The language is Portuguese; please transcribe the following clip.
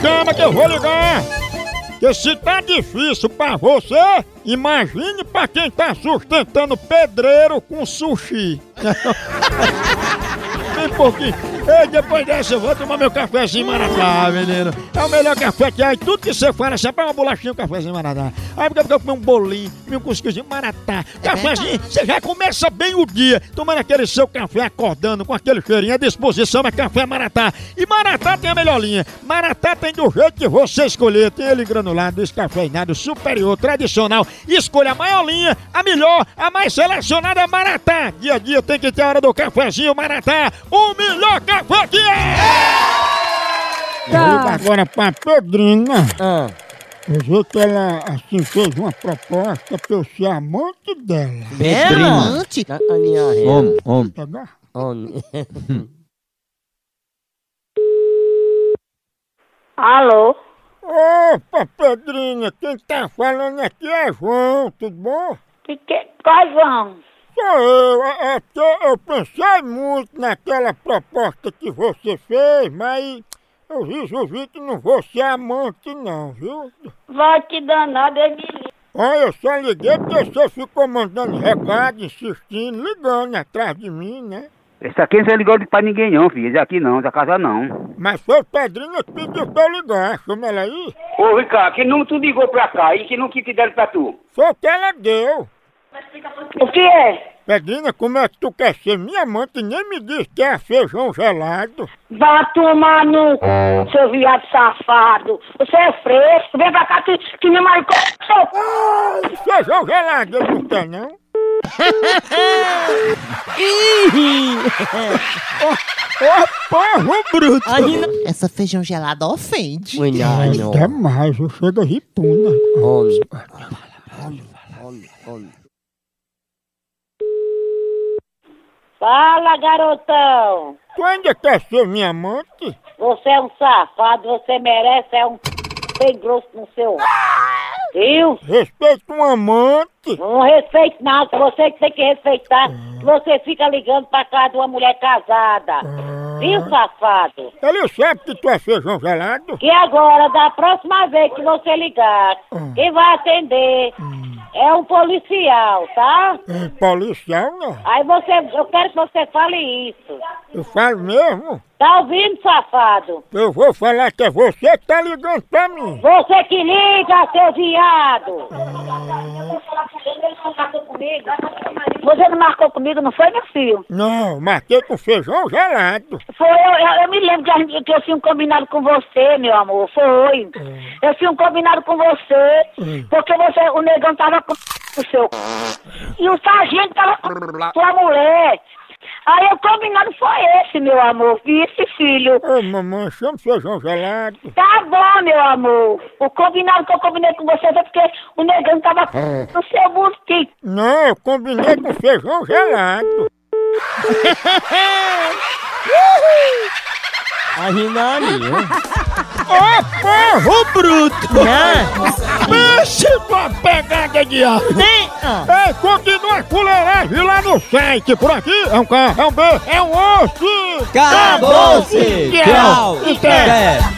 Chama que eu vou ligar! Que se tá difícil pra você, imagine pra quem tá sustentando pedreiro com sushi. Tem pouquinho. Ei, depois dessa eu vou tomar meu cafezinho maratá, menino. É o melhor café que há. E tudo que você fala, você pega uma bolachinha, um cafezinho maratá. Aí porque eu comer um bolinho, comer um cuscuzinho maratá. Cafezinho, você já começa bem o dia, tomando aquele seu café, acordando com aquele cheirinho à disposição, é café maratá. E maratá tem a melhor linha. Maratá tem do jeito que você escolher. Tem ele granulado, descafeinado, superior, tradicional. Escolha a maior linha, a melhor, a mais selecionada é Maratá. Dia a dia tem que ter a hora do cafezinho Maratá. O melhor café que é! Pergunta agora pra Pedrina. Ah, Dizer que ela assim, fez uma proposta pra eu ser amante dela. Tá Pedrina. na minha rede. Homem, homem. Pegar? Homem. Alô? Opa, Pedrinha, quem tá falando aqui é João, tudo bom? Que, que, quais vão? Sou eu, é é porque eu pensei muito naquela proposta que você fez, mas eu resolvi que não vou ser amante não, viu? Vai te danar, Deus me livre. Olha, eu só liguei porque você ficou mandando recado, insistindo, ligando atrás de mim, né? Esse aqui não se ligou pra ninguém não, filho. Esse aqui não, da casa não. Mas foi o Pedrinho que pediu pra eu ligar, chama ela aí. Ô, Ricardo, que não tu ligou pra cá e que não que te deram pra tu? Foi o que ela deu. O que é? Pedrinha, como é que tu quer ser minha amante e nem me diz que é feijão gelado? Vá tomar no c... seu viado safado. Você é fresco. Vem pra cá que, que me marcou. Feijão gelado, eu não quero não. Ô, porro bruto! Essa feijão gelada ofende. Ui, não, não. mais, eu chego a ripuna. Homem. Homem, homem. Fala, garotão. Tu ainda quer ser minha amante? Você é um safado. Você merece. É um c... bem grosso no seu... Viu? Respeita um amante! Não respeito nada. Você que tem que respeitar. Você fica ligando pra casa de uma mulher casada. Viu, safado? Ele sabe que tu é feijão gelado? E agora, da próxima vez que você ligar, quem vai atender é um policial, tá? É policial, né? Aí você, eu quero que você fale isso. Eu falo mesmo? Tá ouvindo, safado? Eu vou falar que é você que tá ligando pra mim. Você que liga, seu viado! Você não marcou comigo, não foi, meu filho? Não, marquei com feijão gelado. Foi, eu, eu, eu me lembro que a gente- que eu tinha um combinado com você, meu amor, foi. Eu tinha um combinado com você, porque você, o negão tava com o seu... E o sargento tava com sua mulher. Aí o combinado foi esse, meu amor, e esse filho. Ô, mamãe, chama o feijão gelado. Tá bom, meu amor. O combinado que eu combinei com você foi porque o negão tava no seu mosquito. Não, eu combinei com feijão gelado. A Rinani, Ô, porro bruto! Pense numa pegada de ar! Ei, continua a fuleiragem lá no site, por aqui é um K, é um B, é um osso! Acabou-se! Tchau! Tchau! Tchau! Tchau!